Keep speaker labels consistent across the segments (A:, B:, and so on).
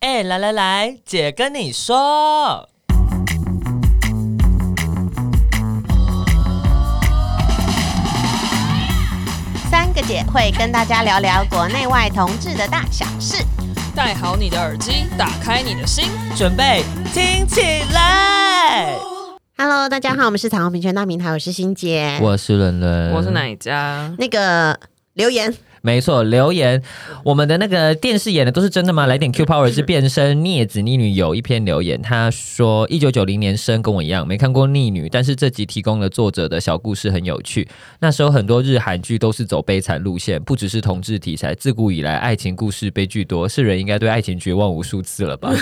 A: 哎、来来来，姐跟你说，
B: 三个姐会跟大家聊聊国内外同志的大小事。
C: 戴好你的耳机，打开你的心。
A: 准备听起来。
B: Hello，大家好，我们是彩虹平权大平台，我是欣姐。
A: 我是伦伦，
C: 我是哪一家？
B: 那个留言，
A: 没错，留言我们的那个电视演的都是真的吗？来点 Q Power 之变身孽子逆女有一篇留言，她说一九九零年生跟我一样没看过逆女，但是这集提供了作者的小故事很有趣。那时候很多日韩剧都是走悲惨路线，不只是同志题材，自古以来爱情故事悲剧多，世人应该对爱情绝望无数次了吧？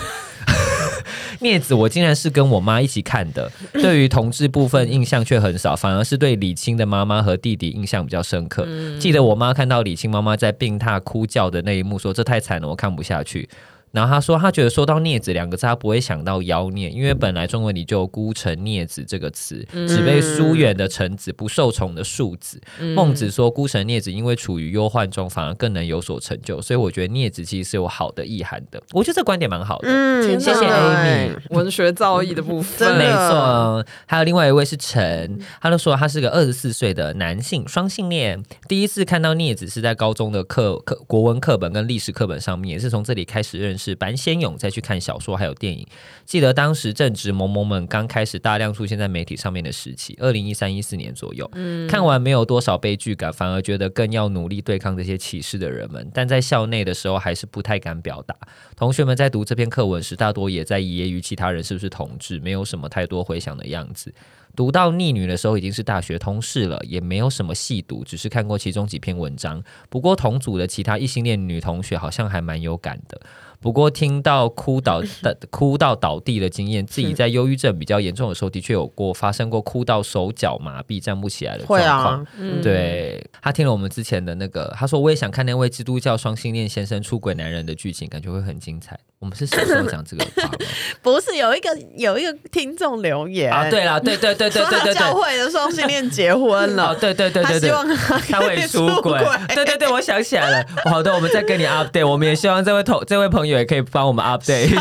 A: 镊子，我竟然是跟我妈一起看的。对于同志部分印象却很少，反而是对李青的妈妈和弟弟印象比较深刻。记得我妈看到李青妈妈在病榻哭叫的那一幕，说：“这太惨了，我看不下去。”然后她说，她觉得说到“镊子”两个字，她不会想到妖孽，因为本来中文里就有“孤城镊子”这个词，只被疏远的臣子，不受宠的庶子。孟子说，孤城镊子因为处于忧患中，反而更能有所成就。所以我觉得镊子其实是有好的意涵的。我觉得这观点蛮好的。
B: 嗯
C: 天哪谢谢
A: Amy
C: 文学造诣的部分，
B: 真
A: 没
B: 的
A: 错，还有另外一位是陈，他就说他是个二十四岁的男性双性恋，第一次看到镊子是在高中的课课国文课本跟历史课本上面，也是从这里开始认识白先勇，再去看小说还有电影。记得当时正值萌萌们刚开始大量出现在媒体上面的时期，二零一三一四年左右。
B: 嗯
A: 看完没有多少悲剧感，反而觉得更要努力对抗这些歧视的人们。但在校内的时候，还是不太敢表达。同学们在读这篇课文时，大多也在揶揄其他人是不是同志，没有什么太多回想的样子。读到逆女的时候，已经是大学通识了，也没有什么细读，只是看过其中几篇文章。不过同组的其他异性恋女同学好像还蛮有感的。不过听到哭倒的 哭到倒地的经验，自己在忧郁症比较严重的时候，的确有过发生过哭到手脚麻痹、站不起来的状
B: 会
A: 况。
B: 啊，
A: 对他听了我们之前的那个，他说我也想看那位基督教双性恋先生出轨男人的剧情，感觉会很精彩。我们是什么时候讲这个话吗
B: 不是有一个有一个听众留 言
A: 啊？对啦，对对对对
B: 说
A: 对
B: 他
A: 对
B: 教
A: 对。
B: 会的双性恋结婚
A: 哦
B: 了，，
A: 对对对
B: 他
A: 对
B: 希
A: 对，
B: 望他
A: 他会出轨
B: 出轨。
A: 对对对，我想起来了。好的，我们再跟你 update。我们也希望这位同这位朋友也可以帮我们 update 一下。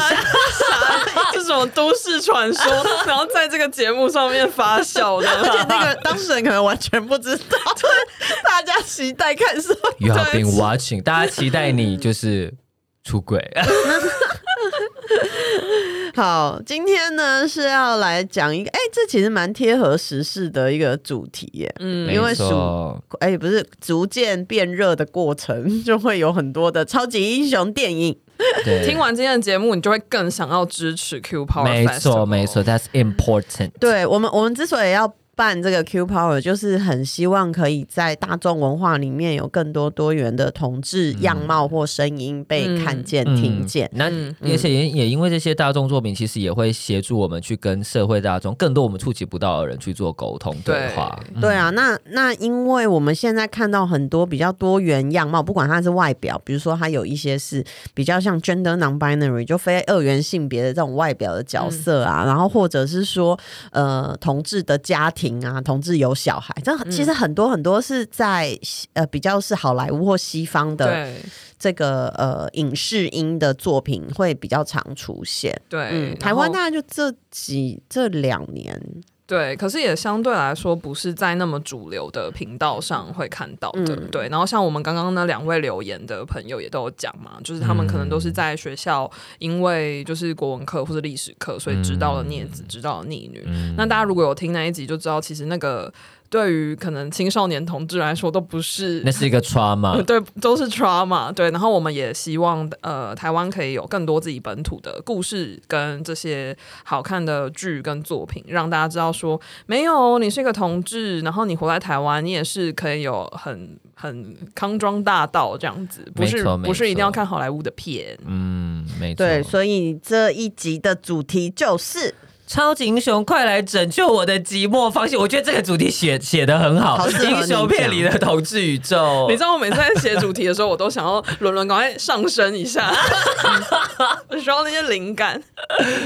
C: 这种都市传说，然后 在这个节目上面发酵
B: 而且
C: 的。
B: 那个当事人可能完全不知 道，大家期待看什么？
A: You have been watching，大家期待你就是出轨。
B: 好，今天呢是要来讲一个，哎、这其实蛮贴合时事的一个主题耶。
C: 嗯，
B: 因 为
A: 没错
B: 哎、不是，逐渐变热的过程，就会有很多的超级英雄电影。
A: 对，
C: 听完今天的节目，你就会更想要支持 Q Power。
A: 没错没错。，That's important。
B: 对我们，我们之所以要办这个 Q Power，就是很希望可以在大众文化里面有更多多元的同志样貌或声音被看见、听见。
A: 那
C: 嗯
A: 而且也也因为这些大众作品，其实也会协助我们去跟社会大众更多我们触及不到的人去做沟通
C: 对
A: 对话。嗯
B: 对啊，那那因为我们现在看到很多比较多元样貌，不管它是外表，比如说它有一些是比较像 gender non-binary，就非二元性别的这种外表的角色
C: 嗯
B: 啊，然后或者是说呃同志的家庭啊，同志有小孩，这
C: 嗯
B: 其实很多很多是在西呃比较是好莱坞或西方的
C: 对
B: 这个呃影视音的作品会比较常出现。
C: 对，
B: 嗯，
C: 然
B: 台
C: 后
B: 湾大概就这几这两年，
C: 对，可是也相对来说不是在那么主流的频道上会看到的，
B: 嗯
C: 对。然后像我们刚刚那两位留言的朋友也都有讲嘛，就是他们可能都是在学校，因为就是国文课或者历史课，所以知道了孽子，知道了逆女。那大家如果有听那一集，就知道其实那个对于可能青少年同志来说，都不是
A: 那是一个 trauma，
C: 呃对，都是 trauma。对，然后我们也希望呃，台湾可以有更多自己本土的故事跟这些好看的剧跟作品，让大家知道说，没有你是一个同志，然后你活在台湾，你也是可以有很很康庄大道这样子，不
A: 没
C: 是
A: 错没
C: 不是一定要
A: 错
C: 看好莱坞的片。
A: 嗯，没错。
B: 对，所以这一集的主题就是。
A: 超级英雄，快来拯救我的寂寞！放心，我觉得这个主题写写的很好，
B: 好适合你
A: 英雄片里的同志宇宙
C: 你。知道我每次在写主题的时候，我都想要伦伦赶快上升 一下，我需要那些灵感。
A: 我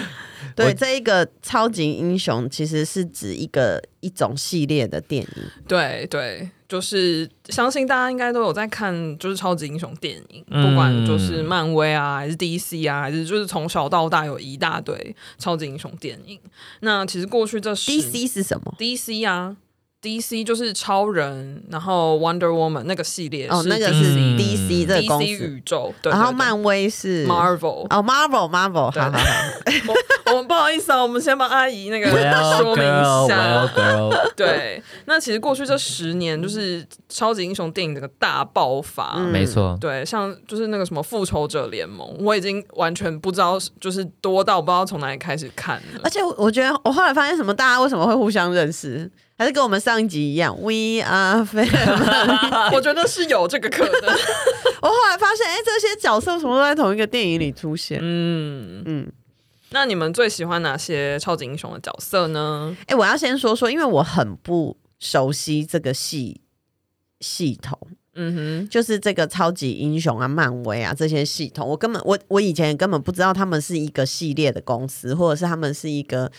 B: 对，这一个超级英雄其实是指一个一种系列的电影，
C: 对对，就是相信大家应该都有在看，就是超级英雄电影，
A: 嗯
C: 不管就是漫威啊，还是 DC 啊，还是就是从小到大有一大堆超级英雄电影。那其实过去这十
B: DC 是什么？
C: DC 啊，DC 就是超人，然后 Wonder Woman 那个系列
B: 哦，那个
A: 是
B: 是
A: DC
B: DC 这个公
C: DC
B: 司，
C: 宇宙，对
B: 然后
C: 对对
B: 漫威是
C: Marvel。
B: 哦，Marvel Marvel，
C: 对
B: 好好好，
C: 我我们不好意思啊，我们先帮阿姨 那个
A: Well
C: 说明一
A: girl,
C: 下
A: well。girl，
C: 对，那其实过去这十年就是超级英雄电影这个大爆发。
B: 嗯
A: 没错，
C: 对，像就是那个什么复仇者联盟，我已经完全不知道，就是多到不知道从哪里开始看了
B: 而。且我觉得我后来发现，什么大家为什么会互相认识，还是跟我们上一集一样，We are family。
C: 我觉得是有这个可 能。
B: 我后来发现，哎、这些角色什么都在同一个电影里出现。
C: 嗯，
B: 嗯，
C: 那你们最喜欢哪些超级英雄的角色呢？
B: 哎、我要先说说，因为我很不熟悉这个系系统，
C: 嗯
B: 就是这个超级英雄啊、漫威啊这些系统，我根本我我以前也根本不知道他们是一个系列的公司，或者是他们是一个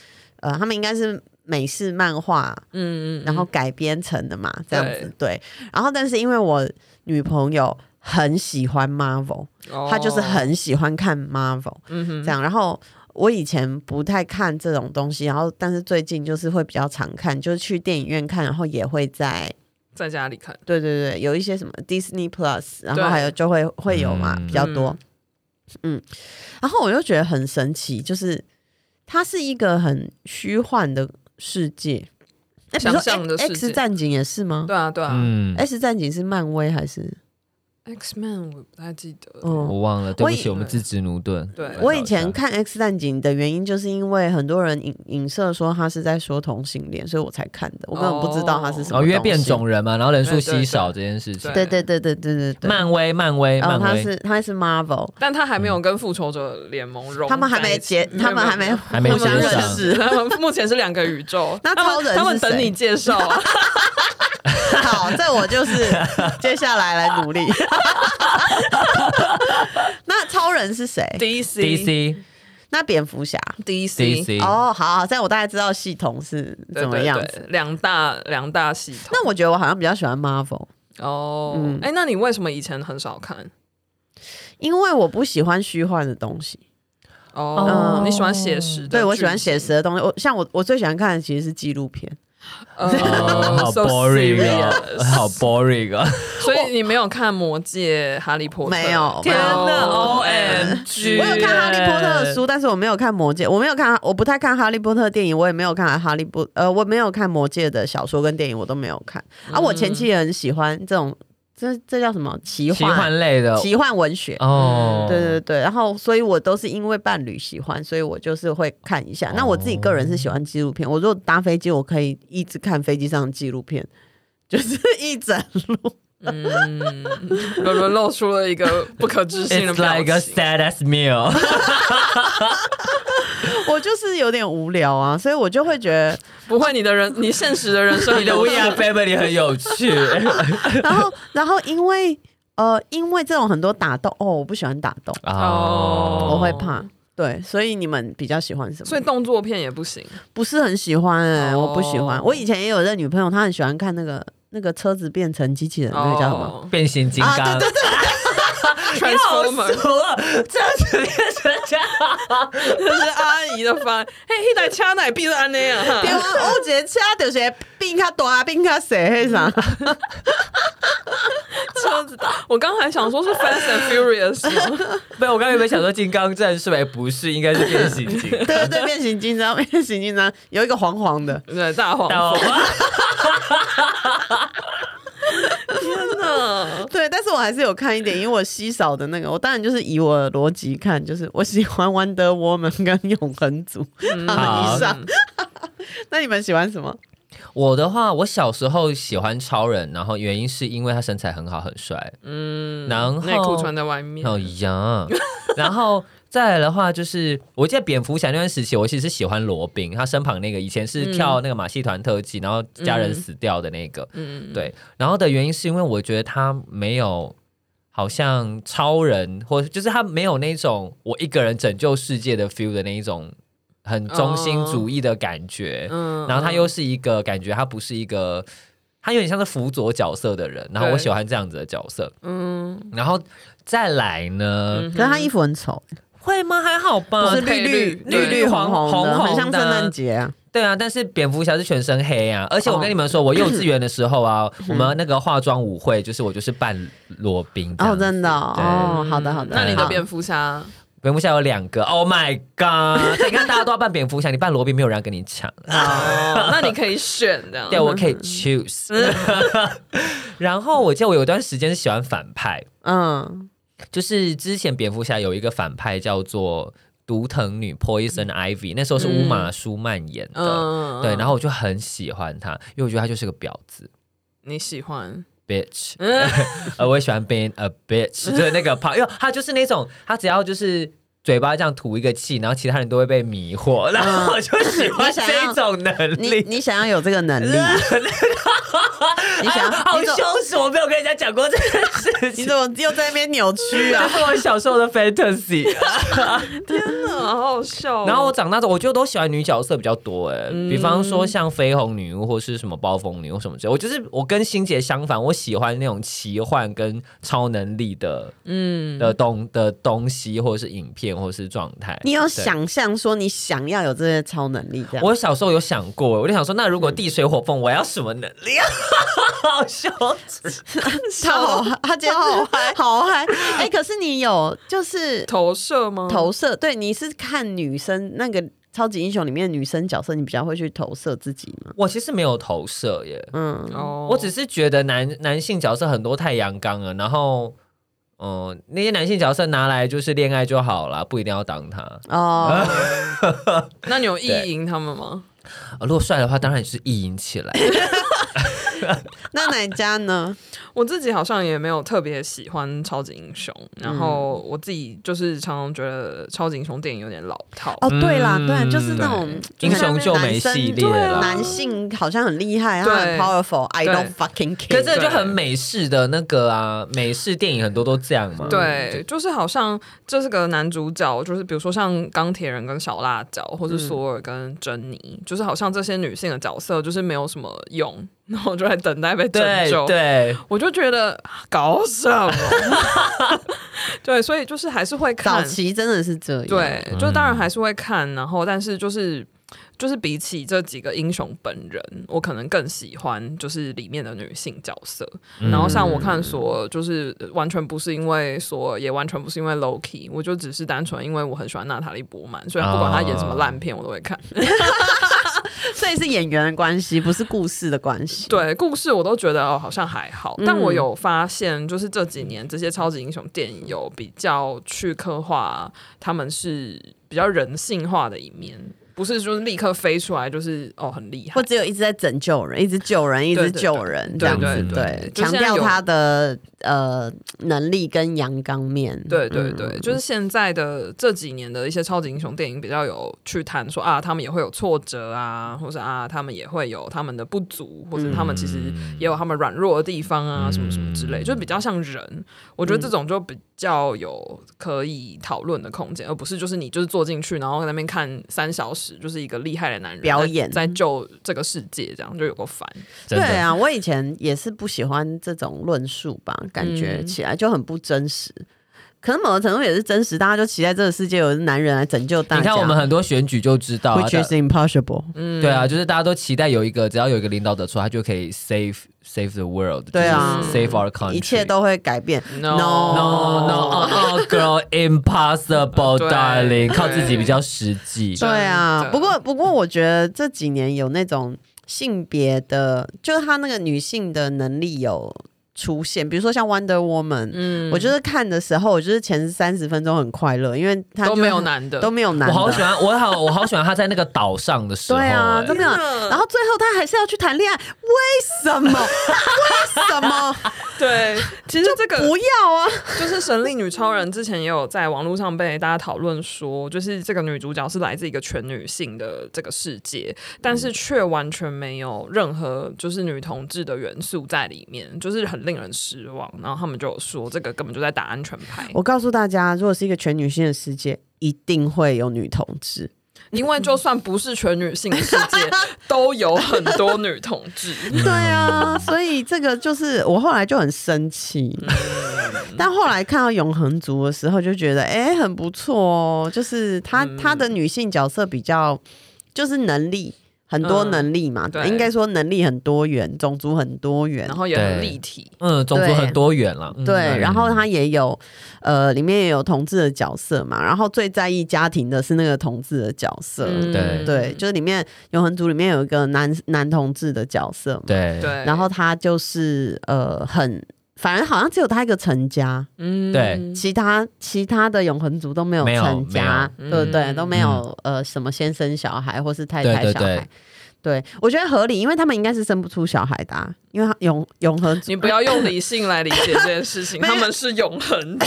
B: 呃，他们应该是美式漫
C: 哼，
B: 画
C: 嗯嗯，
B: 然后改编成的嘛，这样子对。然后，但是因为我女朋友很喜欢 Marvel，、
C: 哦
B: 她就是，很喜欢看 Marvel
C: 嗯哼
B: 这样。然后我以前不太看这种东西，然后但是最近就是会比较常看，就是去电影院看，然后也会在
C: 在家里看，
B: 对对对，有一些什么 Disney Plus，然后
C: 对
B: 还有就会会有嘛、
A: 嗯
B: 比较多，嗯，然后我就觉得很神奇，就是它是一个很虚幻的世界。哎，比如说
C: 想象的
B: X,
C: 世
B: X
C: 界
B: 战警也是吗、
C: 对啊对啊。
A: 嗯，
B: x 战警是漫威还是？
C: X Man 我不太记得，
B: 嗯，
A: 我忘了，对不起，
C: 我以
A: 我们自知奴钝。
C: 对
A: 来
B: 我
A: 找
B: 以
A: 一
B: 前
A: 下
B: 看 X 战警的原因，就是因为很多人影影射说他是在说同性恋，所以我才看的，我根本不知道他是什么
A: 哦，
B: 东西。
A: 因为变种人嘛，然后人数
C: 对对
A: 稀少这件事情。
B: 对对对对对对对。
A: 漫威，漫威，
B: 然后
A: 漫
B: 他
A: 威，
B: 是他是 Marvel，
C: 但他还没有跟复仇者联盟融在一起，
B: 他们还没结，他们还
C: 没
B: 没
C: 有
A: 还没
B: 互相
A: 结
B: 认
A: 上
B: 识。。
C: 他们目前是两个宇宙
B: 那超人是谁
C: 他们他们等你介绍 啊。
B: 好，这 我就是接下来来努力。 那超人是谁？
C: DC
A: DC
B: 那蝙蝠侠？
C: DC
A: DC
B: 哦，好，好，这样我大概知道系统是
C: 对
B: 怎么样
C: 对
B: 子。
C: 对两大两大系统。
B: 那我觉得我好像比较喜欢 Marvel，
C: 哦，哎、
B: 嗯
C: 那你为什么以前很少看？
B: 因为我不喜欢虚幻的东西。
C: 哦，
B: 哦
C: 你喜欢写实的？
B: 对我喜欢写。实的东西。我像我我最喜欢看的其实是纪录片。
C: 呃
A: 哦，好
C: so
A: boring 哦
C: serious，
A: 好 boring 哦。
C: 所以你没有看《魔戒》《哈利波特》？
B: 没有
C: 天哪
A: 哦
C: ，OMG！
B: 我有看《哈利波特》的书，但是我没有看《魔戒》，我没有看，我不太看《哈利波特》电影，我也没有看《哈利波》呃，我没有看《魔戒》的小说跟电影，我都没有看。啊，我前期也很喜欢这种，这这叫什么奇
A: 嗯奇
B: 幻
A: 幻类的
B: 奇幻文学。
A: 哦，
B: 对对对，然后所以我都是因为伴侣喜欢，所以我就是会看一下。那我自己个人是喜欢纪录片，我如果搭飞机，我可以一直看飞机上的纪录片，就是 一整路。
C: 嗯伦伦露出了一个不可置信的
A: ，It's
C: 表
A: like a
C: 情。
A: sad ass meal。
B: 我就是有点无聊啊，所以我就会觉得
C: 不会，你的人，你现实的人生，
A: 你的 We Are Family 很有 趣，
B: 然后，然后因为呃，因为这种很多打斗，哦，我不喜欢打斗，
C: 哦
B: 我会怕。对，所以你们比较喜欢什
C: 所
B: 么
C: 以？动作片也不行。
B: 不是很喜欢哎、
C: 哦
B: 我不喜欢。我以前也有一个女朋友，她很喜欢看那个那个车子变成机器人，那个叫什么？
C: 哦
A: 变形金
B: 啊，
A: 刚
B: 对。对对，
A: 啊
C: ？Transformer
A: 了，这样子变成这样，
C: 这是阿姨的番。嘿，那台车奶必是安那样
B: 对
C: 哈。
B: 啊，我一个车就是变较大，变较小，那啥，
C: 车子大，我刚还想说是 Fast and Furious 吗？
A: 没有，我刚刚有没有想说金刚战士？哎，不是，应该是变形金 刚。
B: 对对对，变形金刚，变形金刚，有一个黄黄的，
C: 对，大黄
A: 到
C: 真的。
B: 对，但是我还是有看一点，因为我稀少的那个，我当然就是以我的逻辑看，就是我喜欢 Wonder Woman 跟永恒族他
C: 嗯
B: 们以上。那你们喜欢什么？
A: 我的话，我小时候喜欢超人，然后原因是因为他身材很好，很帅。
C: 嗯
A: 然后
C: 内裤穿在外面。
A: 哦呀， 然后再来的话就是，我记得蝙蝠侠那段时期，我其实是喜欢罗宾，他身旁那个以前是跳那个马戏团特技，然后家人死掉的那个，
C: 嗯，
A: 对。然后的原因是因为我觉得他没有。好像超人，或就是他没有那种我一个人拯救世界的 feel 的那一种很中心主义的感觉。
C: 嗯
A: 然后他又是一个感觉，他不是一个，他有点像是辅佐角色的人，然后
C: 对
A: 我喜欢这样子的角色，
C: 嗯，
A: 然后再来呢，
C: 嗯哼
B: 可是他衣服很丑，
A: 会吗？还好吧，
B: 嗯不是
C: 配
B: 绿绿
C: 绿
B: 绿绿
A: 对
B: 红
A: 红
B: 的，
A: 红
B: 很像
A: 的
B: 圣诞节啊。
A: 对啊，但是蝙蝠侠是全身黑啊，而且
B: 哦
A: 我跟你们说，我幼稚园的时候啊，
B: 嗯
A: 我们那个化妆舞会，就是我就是扮罗宾这样
B: 哦，
A: 子。嗯
B: 真的哦，
A: 对
B: 哦好的好的。
C: 那你的
B: 好
C: 蝙蝠侠，
A: 蝙蝠侠有两个，Oh my god！你 看大家都要扮蝙蝠侠，你扮罗宾，没有人要跟你 抢。
C: 哦，那你可以选这样。
A: 对，我可
B: 嗯
A: 以 choose。然后我记得我有一段时间是喜欢反派，
B: 嗯，
A: 就是之前蝙蝠侠有一个反派叫做毒藤女 Poison Ivy，那时候是
B: 嗯
A: 乌玛舒曼演的。
C: 嗯
A: 对，然后我就很喜欢他，因为我觉得他就是个婊子
C: 你喜欢，
A: ，bitch。
C: 嗯，
A: 呃，我也喜欢 being a bitch，就是 那个 part，因为他就是那种，他只要就是嘴巴这样吐一个气，然后其他人都会被迷惑，然后我就喜欢
B: 嗯你想要
A: 这种能
B: 你
A: 力。
B: 你想要有这个能力， 你
A: 哎
B: 想
A: 呀 好
B: 要你怎
A: 羞耻，我没有跟人家讲过这 件事
B: 你
A: 情。
B: 怎么又在那边扭曲啊
A: 这？是我小时候的 fantasy，
C: 真的好好笑哦。
A: 然后我长大之后，我就都喜欢女角色比较多哎、
B: 嗯
A: 比方说像绯红女巫或是什么暴风女巫什么之类。我就是我跟欣姐相反，我喜欢那种奇幻跟超能力的
C: 嗯，
A: 的东的东西，或者是影片，或者是状态。
B: 你有
A: 对？
B: 想象说你想要有这些超能力这样？
A: 我小时候有想过，我就想说，那如果地水火风，我要什么能力啊？ 好羞耻！
B: 他好嗨，他今天好嗨，好嗨！哎，可是你有就是
C: 投射吗？
B: 投射，对，你是看女生那个超级英雄里面的女生角色，你比较会去投射自己吗？
A: 我其实没有投射耶，
B: 嗯，
C: 哦，
A: 我只是觉得男男性角色很多太阳刚了，然后。嗯，那些男性角色拿来就是恋爱就好了，不一定要当他。
B: 哦，
C: 那你有意淫他们吗？
A: 啊如果帅的话，当然就是意淫起来。
B: 那哪一家 呢？
C: 我自己好像也没有特别喜欢超级英雄，然后我自己就是常常觉得超级英雄电影有点老套。
B: 哦，对啦，
A: 嗯
B: 对，就是那种
A: 英雄救美系列啦，
B: 男性好像很厉害，他
C: 对
B: 很 powerful，I
C: 对
B: don't fucking
A: 可是
B: care。
A: 这就很美式的那个啊，美式电影很多都这样嘛。
C: 对，就是好像这是个男主角，就是比如说像钢铁人跟小辣椒，或是索尔跟珍妮，就是好像这些女性的角色就是没有什么用，然后我就在等待被拯
A: 对
C: 救。
A: 对，
C: 我就觉得搞什么？ 对，所以就是还是会
B: 早
C: 看，
B: 期真的是这样，，
C: 对，就
A: 嗯
C: 当然还是会看，然后但是就是就是比起这几个英雄本人，我可能更喜欢就是里面的女性角色。然后像我看索尔，就是完全不是因为索尔，也完全不是因为 Loki，我就只是单纯因为我很喜欢娜塔莉波曼，所以不管她演什么烂片我都会看。
B: 所以是演员的关系，不是故事的关系。
C: 对故事我都觉得哦好像还好，但
B: 嗯
C: 我有发现，就是这几年这些超级英雄电影有比较去刻画他们是比较人性化的一面，不是说立刻飞出来就是哦很厉害
B: 或。只有一直在拯救人，一直救人，一直救人这
C: 对
B: 样
C: 对，
B: 子
A: 对
B: 对，
C: 就
B: 强
C: 现在有
B: 调他的呃能力跟阳刚面，
C: 对对
B: 嗯
C: 对，就是现在的这几年的一些超级英雄电影比较有去谈说啊，他们也会有挫折
B: 嗯
C: 啊，或是啊，他们也会有他们的不足，或者他们其实也有他们软弱的地方
B: 嗯
C: 啊，什么什么之类，就比较像人。我觉得这种就比较有可以讨论的空间，而不是就是你就是坐进去，然后在那边看三小时，就是一个厉害的男人
B: 表演
C: 在在救这个世界，这样就有够烦。
A: 真的
B: 对啊，我以前也是不喜欢这种论述吧，感觉
C: 嗯
B: 起来就很不真实。可能某种程度也是真实，大家就期待这个世界有男人来拯救大家。
A: 你看我们很多选举就知道、啊，
B: ，which is impossible。
C: 嗯，
A: 对啊，就是大家都期待有一个，只要有一个领导者出来，他就可以 save save the world，
B: 对啊
A: 就是，save our country，
B: 一切都会改变。
C: No
A: no no no no girl impossible
C: 对
A: darling，
C: 对
A: 靠自己比较实际。
C: 真
B: 对啊
C: 的，
B: 不过不过，我觉得这几年有那种性别的，就是他那个女性的能力有出现，比如说像 Wonder Woman，、
C: 嗯
B: 我就是看的时候，我就是前三十分钟很快乐，因为他
C: 都
B: 就
C: 没有男的，
B: 都没有男
A: 我好喜
B: 的。
A: 欢，我好，我好喜欢他在那个岛上的时候、
B: 对啊
A: 哎
B: 都没有
C: 天哪
B: 然后最后他还是要去谈恋爱，为什么？为什 么
C: 对，其实这个
B: 不要啊？
C: 就是《神力女超人》之前也有在网络上被大家讨论说，就是这个女主角是来自一个全女性的这个世界，但
B: 嗯
C: 是却完全没有任何就是女同志的元素在里面，就是很令人失望。然后他们就有说，这个根本就在打安全牌。
B: 哦我告诉大家，如果是一个全女性的世界，一定会有女同志。
C: 因为就算不是全女性的世 界，都有很多女同志。
B: 对啊，所以这个就是我后来就很生气，
C: 嗯
B: 但后来看到永恒族的时候，就觉得哎、诶很不错哦，就是她
C: 嗯
B: 她的女性角色比较就是能力。很多
C: 嗯
B: 能力嘛，
C: 对
B: 应该说能力很多元，种族很多元，
C: 然后也很立体，
A: 嗯，种族
B: 对
A: 很多元了，嗯
B: 对，然后他也有，呃，里面也有同志的角色嘛，然后最在意家庭的是那个同志的角色，
C: 嗯
A: 对
B: 对，就是里面永恒族里面有一个男男同志的角色嘛，
A: 对
C: 对，
B: 然后他就是呃很，反正好像只有他一个成家，
C: 嗯
A: 对
B: 其他其他的永恒族都没有
A: 没有
B: 成家，
C: 没有
B: 对不对？
C: 嗯
B: 都没有呃什么先生小孩或是太
A: 对
B: 太
A: 对
B: 小
A: 对
B: 孩。对，我觉得合理，因为他们应该是生不出小孩的、啊，因为他永永恒族
C: 你不要用理性来理解这件事情，
B: 没有
C: 他们是永恒族，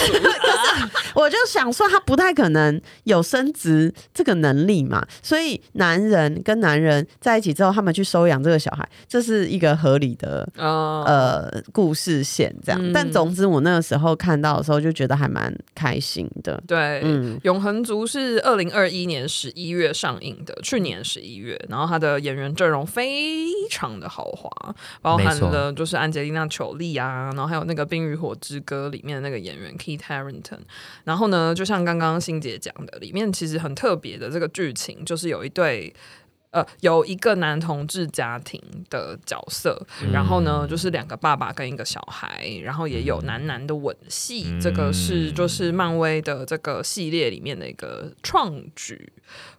B: 我就想说，他不太可能有升职这个能力嘛，所以男人跟男人在一起之后，他们去收养这个小孩，这是一个合理的
A: 哦
C: 呃，
B: 呃故事线这样。
C: 嗯
B: 但总之，我那个时候看到的时候，就觉得还蛮开心的。
C: 对，
B: 嗯，
C: 永恒族》是二零二一年十一月上映的，去年十一月，然后它的演员阵容非常的豪华，包含
A: 没错
C: 了就是安吉丽娜·裘丽啊，然后还有那个《冰与火之歌》里面的那个演员 Keith Harrington。然后呢，就像刚刚欣姐讲的，里面其实很特别的这个剧情，就是有一对。呃，有一个男同志家庭的角色，然后呢，就是两个爸爸跟一个小孩，然后也有男男的吻戏，这个是就是漫威的这个系列里面的一个创举。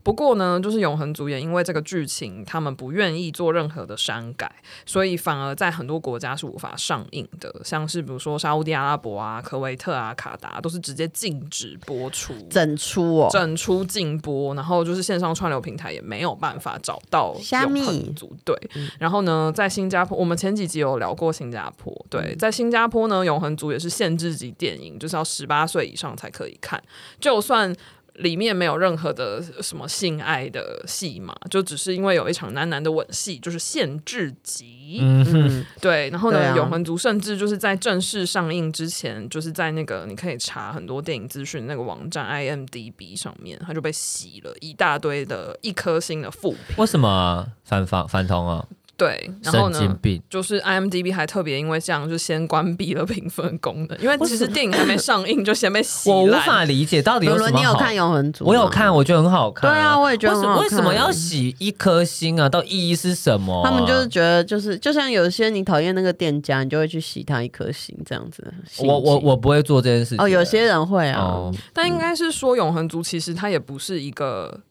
C: 不过呢，就是永恒族也因为这个剧情，他们不愿意做任何的删改，所以反而在很多国家是无法上映的，像是比如说沙烏地阿拉伯啊、科威特啊、卡达，都是直接禁止播出。
B: 整出哦，
C: 整出禁播，然后就是线上串流平台也没有办法找到
B: 虾米嗯
C: 永恒族对。然后呢，在新加坡，我们前几集有聊过新加坡，对，
B: 嗯
C: 在新加坡呢，永恒族也是限制级电影，就是要十八岁以上才可以看，就算。里面没有任何的什么性爱的戏嘛，就只是因为有一场男男的吻戏，就是限制级。
B: 嗯，
C: 对，然后呢，
B: 对啊
C: 永恒族》甚至就是在正式上映之前，就是在那个你可以查很多电影资讯那个网站 IMDB 上面，它就被洗了一大堆的一颗星的负评。
A: 为什么反方反同啊？
C: 对，然后
A: 神经
C: 呢？
A: 病，
C: 就是 IMDB 还特别因为这样就先关闭了评分功能，因为其实电影还没上映就先被洗
A: 我无
C: 烂。
A: 法理解到底
B: 伦
A: 什
B: 伦，
A: 么
B: 你有
A: 好。
B: 看《永恒族》？
A: 我有。看，我觉得很好看。
B: 对啊，，我也觉
A: 为
B: 得
A: 什
B: 很好
A: 么
B: 看
A: 为什么要洗一颗星啊？到意义是什么啊、
B: 他们就是觉得，就是就像有些你讨厌那个店家，你就会去洗他一颗心这样子。
A: 我我我不会做这件事情。
B: 哦，有些人会啊，
A: 哦，
C: 但应该是说，《永恒族》其实它也不是一个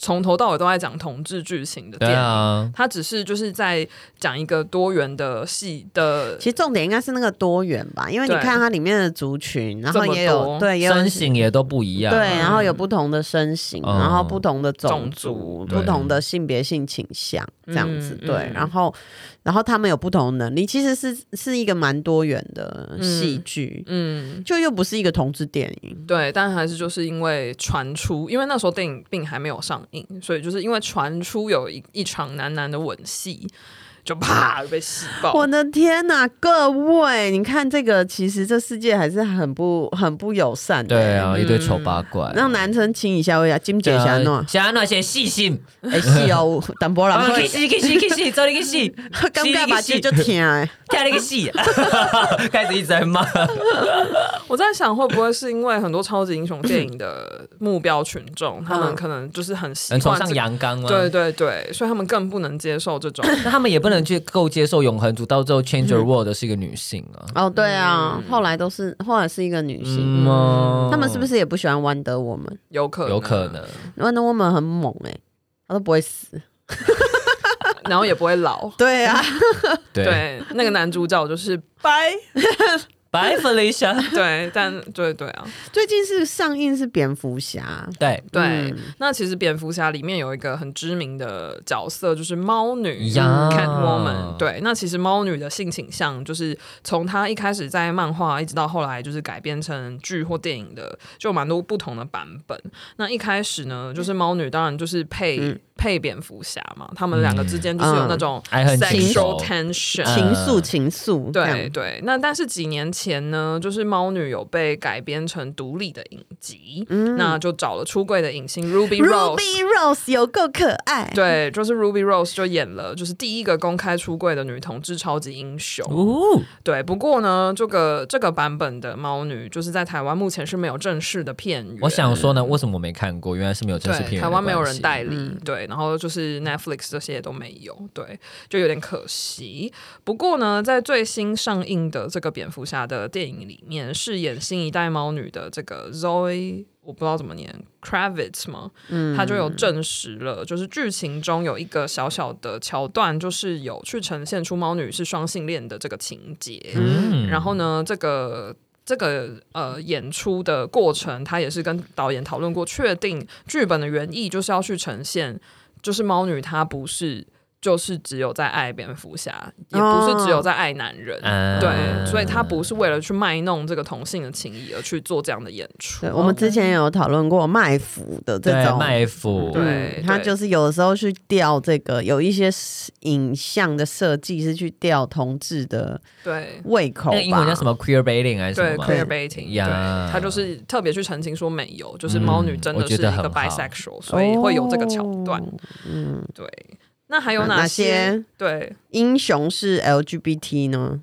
C: 从头到尾都在讲同志剧情的
A: 对
C: 电影，
A: 啊，
C: 它只是就是在讲一个多元的系的
B: 其实重点应该是那个多元吧，因为你
C: 对
B: 看它里面的族群，然
C: 这
B: 后
C: 么
B: 也有
C: 多嗯
B: 对，也有
A: 身形也都不一样。
B: 对，然后有不同的身形，
A: 嗯
B: 然后不同的种
C: 种
B: 族
C: 族，
B: 不
A: 对
B: 同的性别性倾向这样子，
C: 嗯
B: 对
C: 嗯，
B: 然后然后他们有不同的能力，其实是是一个蛮多元的戏剧，
C: 嗯，
B: 就又不是一个同志电影，
C: 对，但还是就是因为传出，因为那时候电影并还没有上映，所以就是因为传出有一一场男男的吻戏，就啪被洗爆。
B: 我的天呐，各位，你看这个，其实这世界还是很不很不友善的，
A: 对啊，
C: 嗯
A: 一堆丑八怪。
B: 让男生亲一下，我呀，金姐一下弄，啊
A: 想要那些细心，
B: 哎是哦， 淡薄人
A: 啊，
B: 会
A: 去死去死去死，做你个死，
B: 尴尬吧，就就听 哎，
A: 跳你个死，开始一直在骂。
C: 我在想，会不会是因为很多超级英雄电影的目标群众，他们可能就是很习
A: 能崇
C: 惯
A: 尚
C: 这个、
A: 阳刚吗？
C: 对对对，所以他们更不能接受这 种。
A: 那他们也不能去够接受永恒族，到最后 Change Your World 的是一个女性啊。
B: 哦对啊，后来都是后来是一个女性，
A: 嗯哦
B: 他们是不是也不喜欢 Wonder Woman？Wonder
C: 有可能，
A: 有可，能？
B: Woman 很猛哎、欸，她都不会死。。
C: 然后也不会老
B: 对 啊，
A: 对，
C: 对，那个男主 角就是掰，
A: 白 Felicia，
C: 对，但对对啊，
B: 最近是上映是蝙蝠侠，
A: 对，
C: 对，
B: 嗯
C: 那其实蝙蝠侠里面有一个很知名的角色，就是猫女
A: 呀
C: Catwoman。对，那其实猫女的性倾向，就是从她一开始在漫画，一直到后来就是改编成剧或电影的，就有蛮多不同的版本。那一开始呢，就是猫女当然就是配配蝙蝠侠嘛，他们两个之间就是有那种
A: 嗯嗯爱恨情仇
C: sexual tension，、
A: 嗯
B: 情愫，情愫，这
C: 对
B: 样
C: 对，那但是几年前呢，就是猫女有被改编成独立的影集，那就找了出柜的影星 Ruby Rose。
B: Ruby Rose 有够可爱，
C: 对，就是 Ruby Rose 就演了，就是第一个公开出柜的女同志超级英雄。
A: 哦，
C: 对，不过呢，这个这个版本的猫女，就是在台湾目前是没有正式的片源。
A: 我想说呢，为什么我没看过？原来是没有正式片源
C: 对，
A: 的
C: 台湾没有
A: 关
C: 人
A: 系嗯
C: 代理，对，然后就是 Netflix 这些也都没有，对，就有点可惜。不过呢，在最新上映的这个蝙蝠侠的电影里面，饰演新一代猫女的这个 Zoe。我不知道怎么念，Kravitz 吗？嗯，他就有证实了，就是剧情中有一个小小的桥段，就是有去呈现出猫女是双性恋的这个情节。
A: 嗯
C: 然后呢，这个这个呃演出的过程，他也是跟导演讨论过，确定剧本的原意就是要去呈现，就是猫女她不是就是只有在爱蝙蝠侠，也不是只有在爱男人。
A: 啊
C: 对，所以她不是为了去卖弄这个同性的情谊而去做这样的演出。
B: 对，我们之前有讨论过卖腐的这
A: 哦对
B: 种。
A: 卖腐，
C: 对
B: 嗯他就是有的时候去调这个，有一些影像的设计是去调同志的
C: 对
B: 胃口
A: 那
B: 吧。
A: 个英文叫什么 queer baiting 还是什
C: 对
A: 么吗？
C: ，queer baiting，对
A: 呀
C: 他就是特别去澄清说没有，就是猫女真
A: 嗯
C: 的
A: 我
C: 是
A: 觉
C: 一
A: 得
C: 个
A: 很好
C: bisexual，所以会有这个桥段。
B: 哦。嗯，
C: 对，那还有
B: 哪
C: 哪
B: 些
C: 对，
B: 英雄是 LGBT 呢？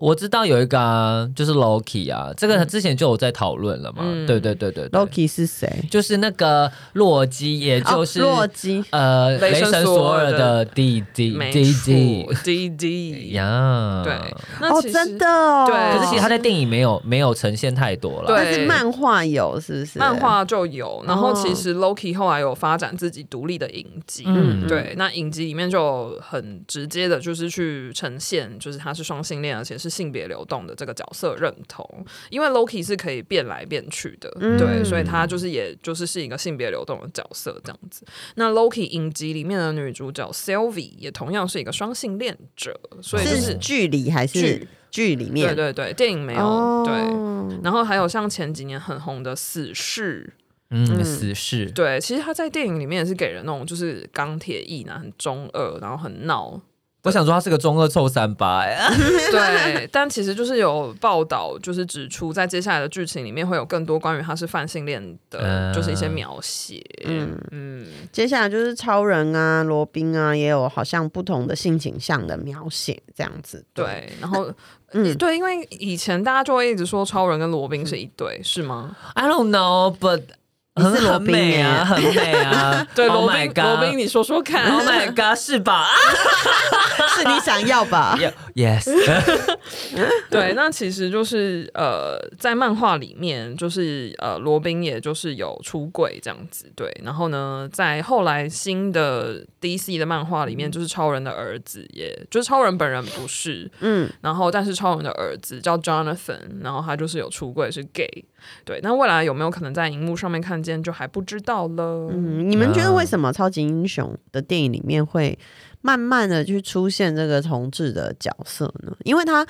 A: 我知道有一个啊，就是 Loki 啊，这个之前就有在讨论了嘛。
C: 嗯
A: 对对对对对
B: Loki 是谁？
A: 就是那个洛基，也就是、
B: 哦洛基。
A: 呃
C: 雷
A: 雷
C: 神
A: 神
C: 索
A: 索
C: 尔
A: 尔
C: 的
A: 的弟弟
C: 没
A: 弟弟
C: 错，D D，
A: 呀。
C: 对，那
B: 哦，
C: 其实
B: 真的哦。
C: 对
A: 可是其实他在电影没有没有呈现太多了。
C: 对
B: 但是漫画有是不是？
C: 漫画就有，然后
B: 哦
C: 其实 Loki 后来有发展自己独立的影集，
A: 嗯
C: 对，那影集里面就很直接的，就是去呈现，就是他是双性恋，而且是性别流动的这个角色认同，因为 Loki 是可以变来变去的，
B: 嗯
C: 对，所以他就是也就是是一个性别流动的角色这样子。那 Loki 影集里面的女主角 Sylvie 也同样是一个双性恋者，所以就是是
B: 剧里还是
C: 剧
B: 剧里
C: 对
B: 面？
C: 对对，电影没有、
B: 哦
C: 对。然后还有像前几年很红的《死侍
A: 嗯，死侍》，。
C: 对，其实他在电影里面也是给人那种就是钢铁意男，很中二，然后很 闹。
A: 我想说他是个中二臭三八、哎
C: 对，但其实就是有报道，就是指出在接下来的剧情里面会有更多关于他是泛性恋的，
A: 嗯
C: 就是一些描写。嗯
B: 嗯
C: 嗯，
B: 接下来就是超人啊、罗宾啊，也有好像不同的性倾向的描写，这样子。，
C: 对。然后
B: 嗯，
C: 对，因为以前大家就会一直说超人跟罗宾是一对，是 吗？。
A: ，I don't know，but
B: 你
A: 很
B: 是罗
A: 很
B: 宾
A: 美
B: 耶
A: 啊，很美啊
C: 对，
A: Oh
C: 罗
A: my
C: 宾，罗
A: God
C: 宾，你说说看。
A: Oh my god，是吧？啊
B: 是你想要吧？
A: Yeah, yes，
C: 对，那其实就是呃，在漫画里面，就是呃，罗宾也就是有出柜这样子，对。然后呢，在后来新的 DC 的漫画里
A: 嗯
C: 面，就是超人的儿子也，就是超人本人不是，
B: 嗯，
C: 然后但是超人的儿子叫 Jonathan，然后他就是有出柜是 gay，对。那未来有没有可能在荧幕上面看见，就还不知道了。
B: 嗯，你们觉得为什么超级英雄的电影里面会慢慢的去出现这个同志的角色呢？因为他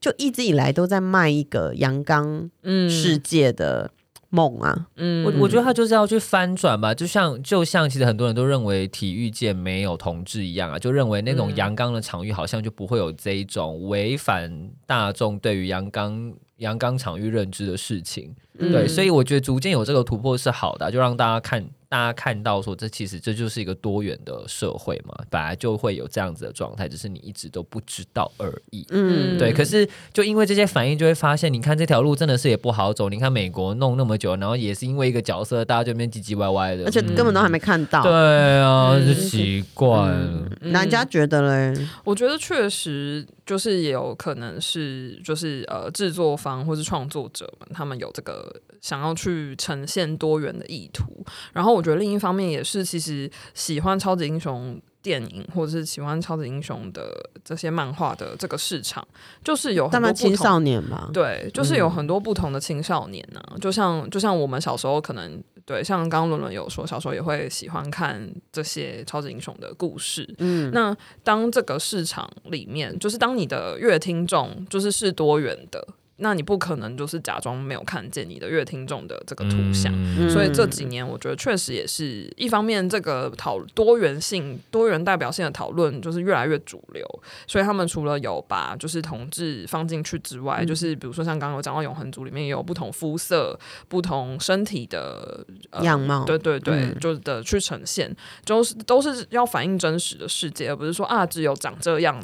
B: 就一直以来都在卖一个阳刚
C: 嗯，
B: 世，界的梦啊，
C: 嗯
A: 我我觉得他就是要去翻转吧，就像就像其实很多人都认为体育界没有同志一样啊，就认为那种
C: 嗯
A: 阳刚的场域好像就不会有这一种违反大众对于阳刚阳刚场域认知的事情。
B: 嗯
A: 对，所以我觉得逐渐有这个突破是好的啊、就让大家看，大家看到说，这其实这就是一个多元的社会嘛，本来就会有这样子的状态，只是你一直都不知道而已。
B: 嗯，
A: 对，可是就因为这些反应，就会发现，你看这条路真的是也不好走。你看美国弄那么久，然后也是因为一个角色，大家就在那边唧唧歪歪的，嗯
B: 而且根本都还没看到。
A: 对啊，
C: 嗯
A: 就奇怪了。
C: 嗯
B: 哪家觉得嘞？
C: 我觉得确实就是也有可能是就是呃制作方或是创作者们他们有这个想要去呈现多元的意图，然后我觉得另一方面也是其实喜欢超级英雄。电影或者是喜欢超级英雄的这些漫画的这个市场，就是有
B: 他
C: 很多
B: 们
C: 不
B: 青
C: 同
B: 少年吧，
C: 对，就是有很多不同的青少年呢、就像就像我们小时候可能对，像刚刚伦伦有说，小时候也会喜欢看这些超级英雄的故事。嗯，那当这个市场里面，就是当你的乐听众就是是多元的。那你不可能就是假装没有看见你的乐听众的这个图像。
A: 嗯
C: 所以这几年，我觉得确实也是一方面，这个讨多元性、多元代表性的讨论就是越来越主流。所以他们除了有把就是同志放进去之外，
B: 嗯
C: 就是比如说像刚刚有讲到永恒族里面也有不同肤色、不同身体的、呃
B: 样貌
C: 对对对，
B: 嗯
C: 就是的去呈现，就是都是要反映真实的世界，而不是说啊只有长这样。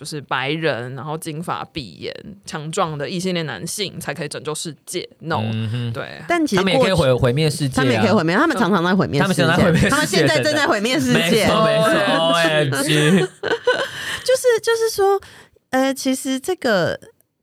C: 就是白人，然后金发碧眼、强壮的异性恋男性才可以拯救世界。No，、
A: 嗯哼
C: 对，
B: 但其实
A: 他们也
B: 过
A: 可以
B: 去
A: 毁毁灭世界、啊，
B: 他们也可以毁灭，他们常常在毁灭
A: 他
B: 世
A: 们
B: 界，
A: 常常毁灭世界
B: 他们现在正在毁灭世
A: 没
B: 界，
A: 错没错
C: 对
A: ，O M G，
B: 就是就是说，呃，其实这个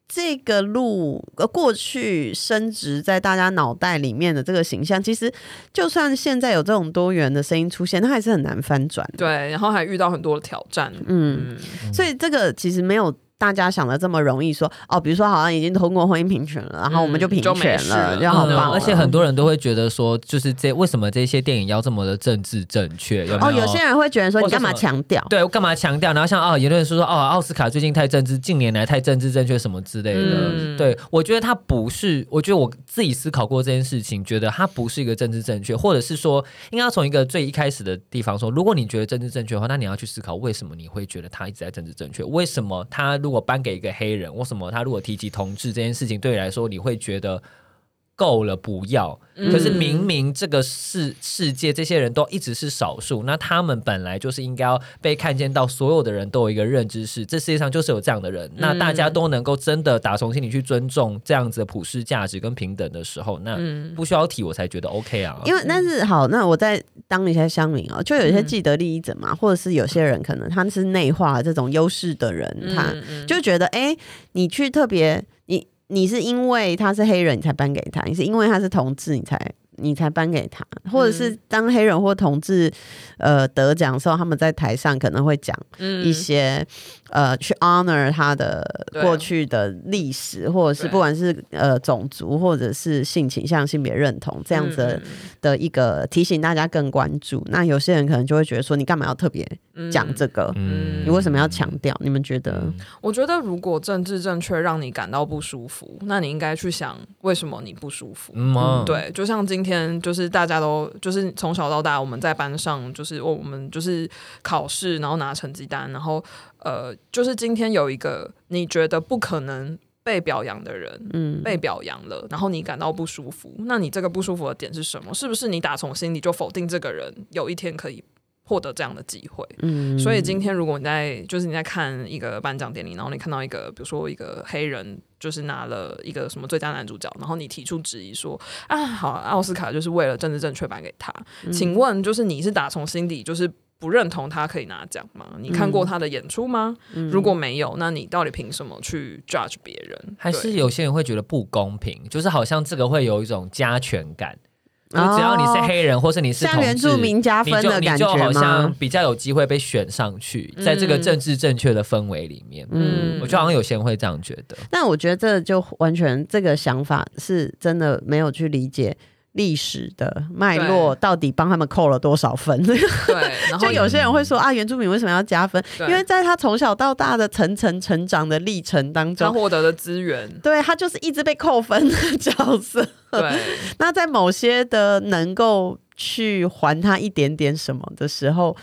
B: 这个路呃过去升值在大家脑袋里面的这个形象，其实就算现在有这种多元的声音出现，它还是很难翻转的。
C: 对，啊然后还遇到很多的挑战。
B: 嗯，
C: 嗯，
B: 所以这个其实没有。大家想的这么容易说哦，比如说好像已经通过婚姻平权了，然后我们就平
C: 就没
B: 权
C: 事
B: 了，
C: 了
B: 就好棒
A: 嗯
B: 了、
A: 而且很多人都会觉得说，就是这为什么这些电影要这么的政治正确？有没
B: 哦，有些人会觉得说
A: 嗯或
B: 你
A: 者
B: 干嘛
A: 什么
B: 强调？
A: 对，我干嘛强调？然后像哦，有的人说说哦，奥斯卡最近太政治，近年来太政治正确什么之类的。
C: 嗯
A: 对，我觉得他不是，我觉得我自己思考过这件事情，觉得他不是一个政治正确，或者是说，应该要从一个最一开始的地方说，如果你觉得政治正确的话，那你要去思考为什么你会觉得他一直在政治正确？为什么他如果颁给一个黑人，为什么他如果提及同志这件事情，对你来说你会觉得？够了，不要。
C: 嗯
A: 可是明明这个世世界，这些人都一直是少数，那他们本来就是应该要被看见到，所有的人都有一个认知是，这世界上就是有这样的人。
B: 嗯
A: 那大家都能够真的打从心里去尊重这样子的普世价值跟平等的时候，那
C: 嗯
A: 不需要提，我才觉得 OK 啊。
C: 哦
B: 因为但是好，那我再当一下乡民哦，就有一
C: 嗯
B: 些既得利益者嘛，或者是有些人可能他是内化了这种优势的人，他
C: 嗯
B: 就觉得哎、诶你去特别你你是因为他是黑人你才颁给他，你是因为他是同志你才。你才颁给他，或者是
C: 嗯
B: 当黑人或同志，呃得奖的时候，他们在台上可能会讲
C: 嗯
B: 一些、呃去 honor 他的
C: 对
B: 过去的历史，或者是
C: 对
B: 不管是呃种族或者是性倾向、性别认同这样子
C: 嗯
B: 的的一个提醒大家更关注。那有些人可能就会觉得说，你干嘛要特别讲这个？
C: 嗯
B: 你为什么要强调？你们觉得？
C: 我觉得如果政治正确让你感到不舒服，那你应该去想为什么你不舒服。
A: 嗯啊
C: 对，就像今天，就是大家都，就是从小到大，我们在班上，就是我我们就是考试，然后拿成绩单，然后呃，就是今天有一个你觉得不可能被表扬的人，
B: 嗯，
C: 被表扬了，然后你感到不舒服，那你这个不舒服的点是什么？是不是你打从心里就否定这个人有一天可以获得这样的机会？
B: 嗯
C: 所以今天如果你在就是你在看一个颁奖典礼，然后你看到一个比如说一个黑人就是拿了一个什么最佳男主角，然后你提出质疑说啊，好奥斯卡就是为了政治正确颁给他，请问就是你是打从心底就是。不认同他可以拿奖吗？你看过他的演出吗？如果没有，那你到底凭什么去 judge 别人？
A: 还是
C: 对
A: 有些人会觉得不公平，就是好像这个会有一种加权感，就是只要你是黑人或是你是
B: 哦像
A: 同
B: 原
A: 志
B: 住民加
A: 你
B: 分
A: 就
B: 的感
A: 你就
B: 觉
A: 好像
B: 吗？
A: 比较有机会被选上去，在这个
C: 嗯
A: 政治正确的氛围里面，
B: 嗯
C: 嗯，
A: 我觉得好像有些人会这样觉得。
B: 但我觉得这就完全这个想法是真的没有去理解历史的脉络，到底帮他们扣了多少分？
C: 对，然后
B: 就有些人会
A: 嗯
B: 说啊，原住民为什么要加分？
C: 对
B: 因为在他从小到大的层层成长的历程当
C: 他
B: 中，
C: 获得的资 源，
B: 对他就是一直被扣分的角色。
C: 对，
B: 那在某些的能够去还他一点点什么的时候，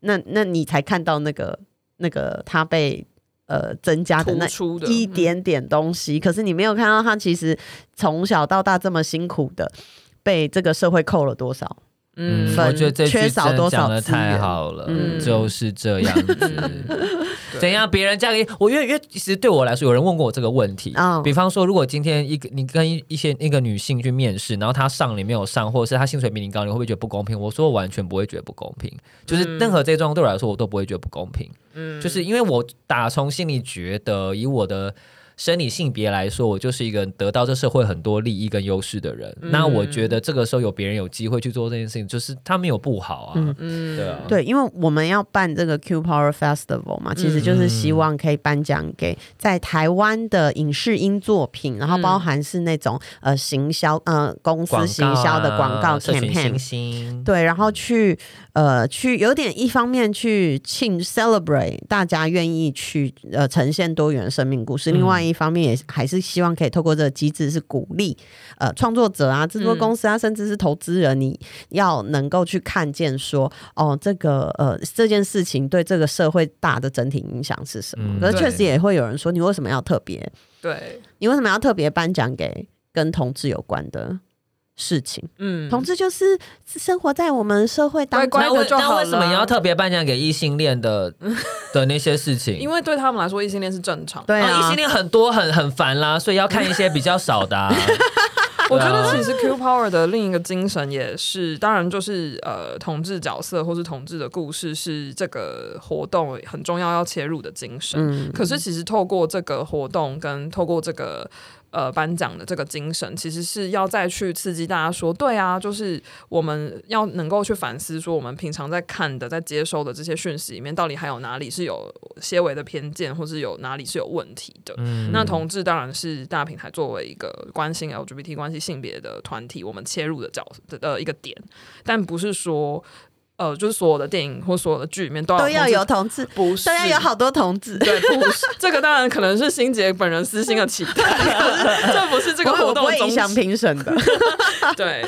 B: 那那你才看到那个那个他被呃增加的
C: 突
B: 那
C: 出的
B: 一，点点东西，可是你没有看到他其实从小到大这么辛苦的被这个社会扣了多少。
A: 嗯，
B: 分
A: 我觉得这句
B: 缺少多
A: 真
B: 少
A: 讲的
B: 资源
A: 太好了，
B: 嗯
A: 就是这 样子。
C: 嗯
A: 怎？样？别人嫁给我，因为因为其实对我来说，有人问过我这个问题。
B: 嗯
A: 比方说，如果今天一个你跟一一些一个女性去面试，然后她上你没有上，或者是她薪水比你高，你会不会觉得不公平？我说我完全不会觉得不公平，就是
C: 嗯
A: 任何这些状况对我来说，我都不会觉得不公平。
C: 嗯
A: 就是因为我打从心里觉得，以我的生理性别来说，我就是一个得到这社会很多利益跟优势的人。
C: 嗯
A: 那我觉得这个时候有别人有机会去做这件事情，就是他没有不好啊。
B: 嗯
C: 嗯
A: 对啊
B: 对，因为我们要办这个 Q Power Festival
A: 嗯
B: 嘛，其实就是希望可以颁奖给在台湾的影视音作品，然后包含是那种呃行销呃公司
A: 嗯广告
B: 行
A: 啊
B: 销的广告
A: 社群新。
B: campaign
A: 星，
B: 对，然后去呃去有点一方面去庆 celebrate 大家愿意去呃呈现多元生命故事，
A: 嗯
B: 另外一方面也还是希望可以透过这个机制是鼓励呃创作者啊、制作公
A: 嗯
B: 司啊，甚至是投资人，你要能够去看见说哦，这个呃这件事情对这个社会大的整体影响是什么
A: 嗯？
B: 可是确
C: 对
B: 实也会有人说，你为什么要特别？
C: 对，
B: 你为什么要特别颁奖给跟同志有关的事情？
C: 嗯，
B: 同志就是生活在我们社会当中
C: 乖乖
A: 那
C: 的
A: 为
C: 就好
A: 那为什么
C: 了
A: 你要特别颁奖给异性恋 的的那些事情？哦
C: 因为对他们来说，异性恋是正常。
B: 对
A: 啊异
B: 啊
A: 性，恋很多很很烦啦，所以要看一些比较少的 啊、
C: 我觉得其实 Q Power 的另一个精神也是，当然就是呃，同志角色或是同志的故事是这个活动很重要要切入的精神。
B: 嗯，
C: 可是其实透过这个活动跟透过这个呃颁奖的这个精神，其实是要再去刺激大家说，对啊，就是我们要能够去反思，说我们平常在看的、在接收的这些讯息里面，到底还有哪里是有些微的偏见，或是有哪里是有问题的。那同志当然是大平台作为一个关心 LGBT 关系性别的团体，我们切入的角的呃一个点，但不是说。呃，就是所有的电影或所有的剧里面都要
B: 哦都要有
C: 哦同
B: 同志
C: 志，不是
B: 都要有好多同志。
C: 对，不是这个，当然可能是欣姐本人私心的 期待，可是这不 是这个
B: 我
C: 活
B: 我不
C: 动的
B: 会
C: 宗
B: 影响
C: 旨。
B: 评审 的，
C: 对，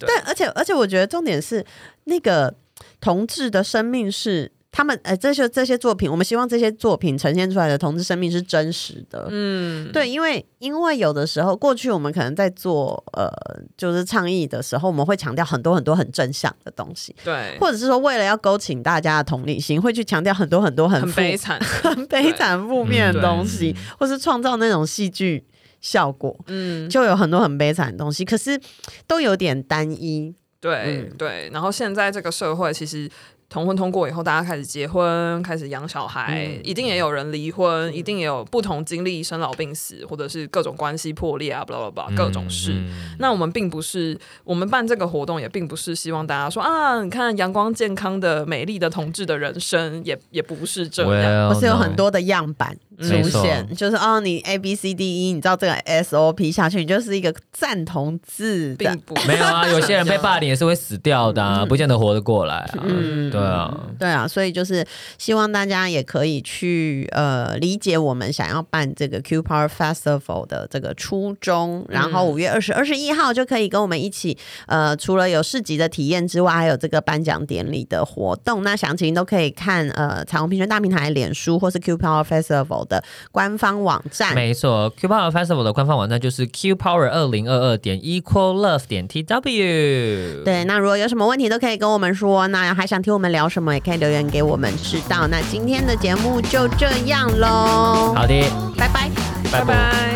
C: 对
B: 但而且而且我觉得重点是那个同志的生命是他们呃这些这些作品，我们希望这些作品呈现出来的同志生命是真实的，
C: 嗯，
B: 对，因为因为有的时候，过去我们可能在做呃，就是倡议的时候，我们会强调很多很多很正向的东西，
C: 对，
B: 或者是说为了要勾起大家的同理心，会去强调很多很多很
C: 很
B: 负
C: 悲惨，
B: 很 悲惨负面
A: 嗯
B: 的
C: 对
B: 东西，或是创造那种戏剧效果，
C: 嗯，
B: 就有很多很悲惨的东西，可是都有点单一。
C: 对
B: 嗯
C: 对。然后现在这个社会其实。同婚通过以后，大家开始结婚，开始养小孩，
B: 嗯
C: 一定也有人离婚，一定也有不同经历生老病死，或者是各种关系破裂啊，巴拉
B: 嗯
C: 巴拉各种事。
A: 嗯
C: 那我们并不是，我们办这个活动也并不是希望大家说啊，你看阳光健康的、美丽的同志的人生，也也不是
A: 嗯
C: 这样。
B: 或是有很多的样板
A: 哦
C: 嗯
A: 没
B: 出
A: 错
B: 现，就是哦，你 A B C D E，你知道这个 S O P 下去，你就是一个赞同字
C: 并
B: 的，
C: 不
A: 没有啊，有些人被霸凌也是会死掉的、啊，不见得活得过来啊。
B: 嗯
A: 对啊，
B: 对啊，所以就是希望大家也可以去呃理解我们想要办这个 Q Power Festival 的这个初衷，然后
A: 嗯
B: 五月二十二十一号就可以跟我们一起呃，除了有市集的体验之外，还有这个颁奖典礼的活动。那详情都可以看呃彩虹平权大平台脸书或是 Q Power Festival 的官方网站。
A: 没错，Q Power Festival 的官方网站就是 Q Power 二零二二点 Equal Love 点 T W。
B: 对，那如果有什么问题都可以跟我们说，那还想听我们聊什么，也可以留言给我们知道。那今天的节目就这样喽，
A: 好的，
B: 拜拜。
A: 拜
C: 拜
A: 拜。
C: 拜。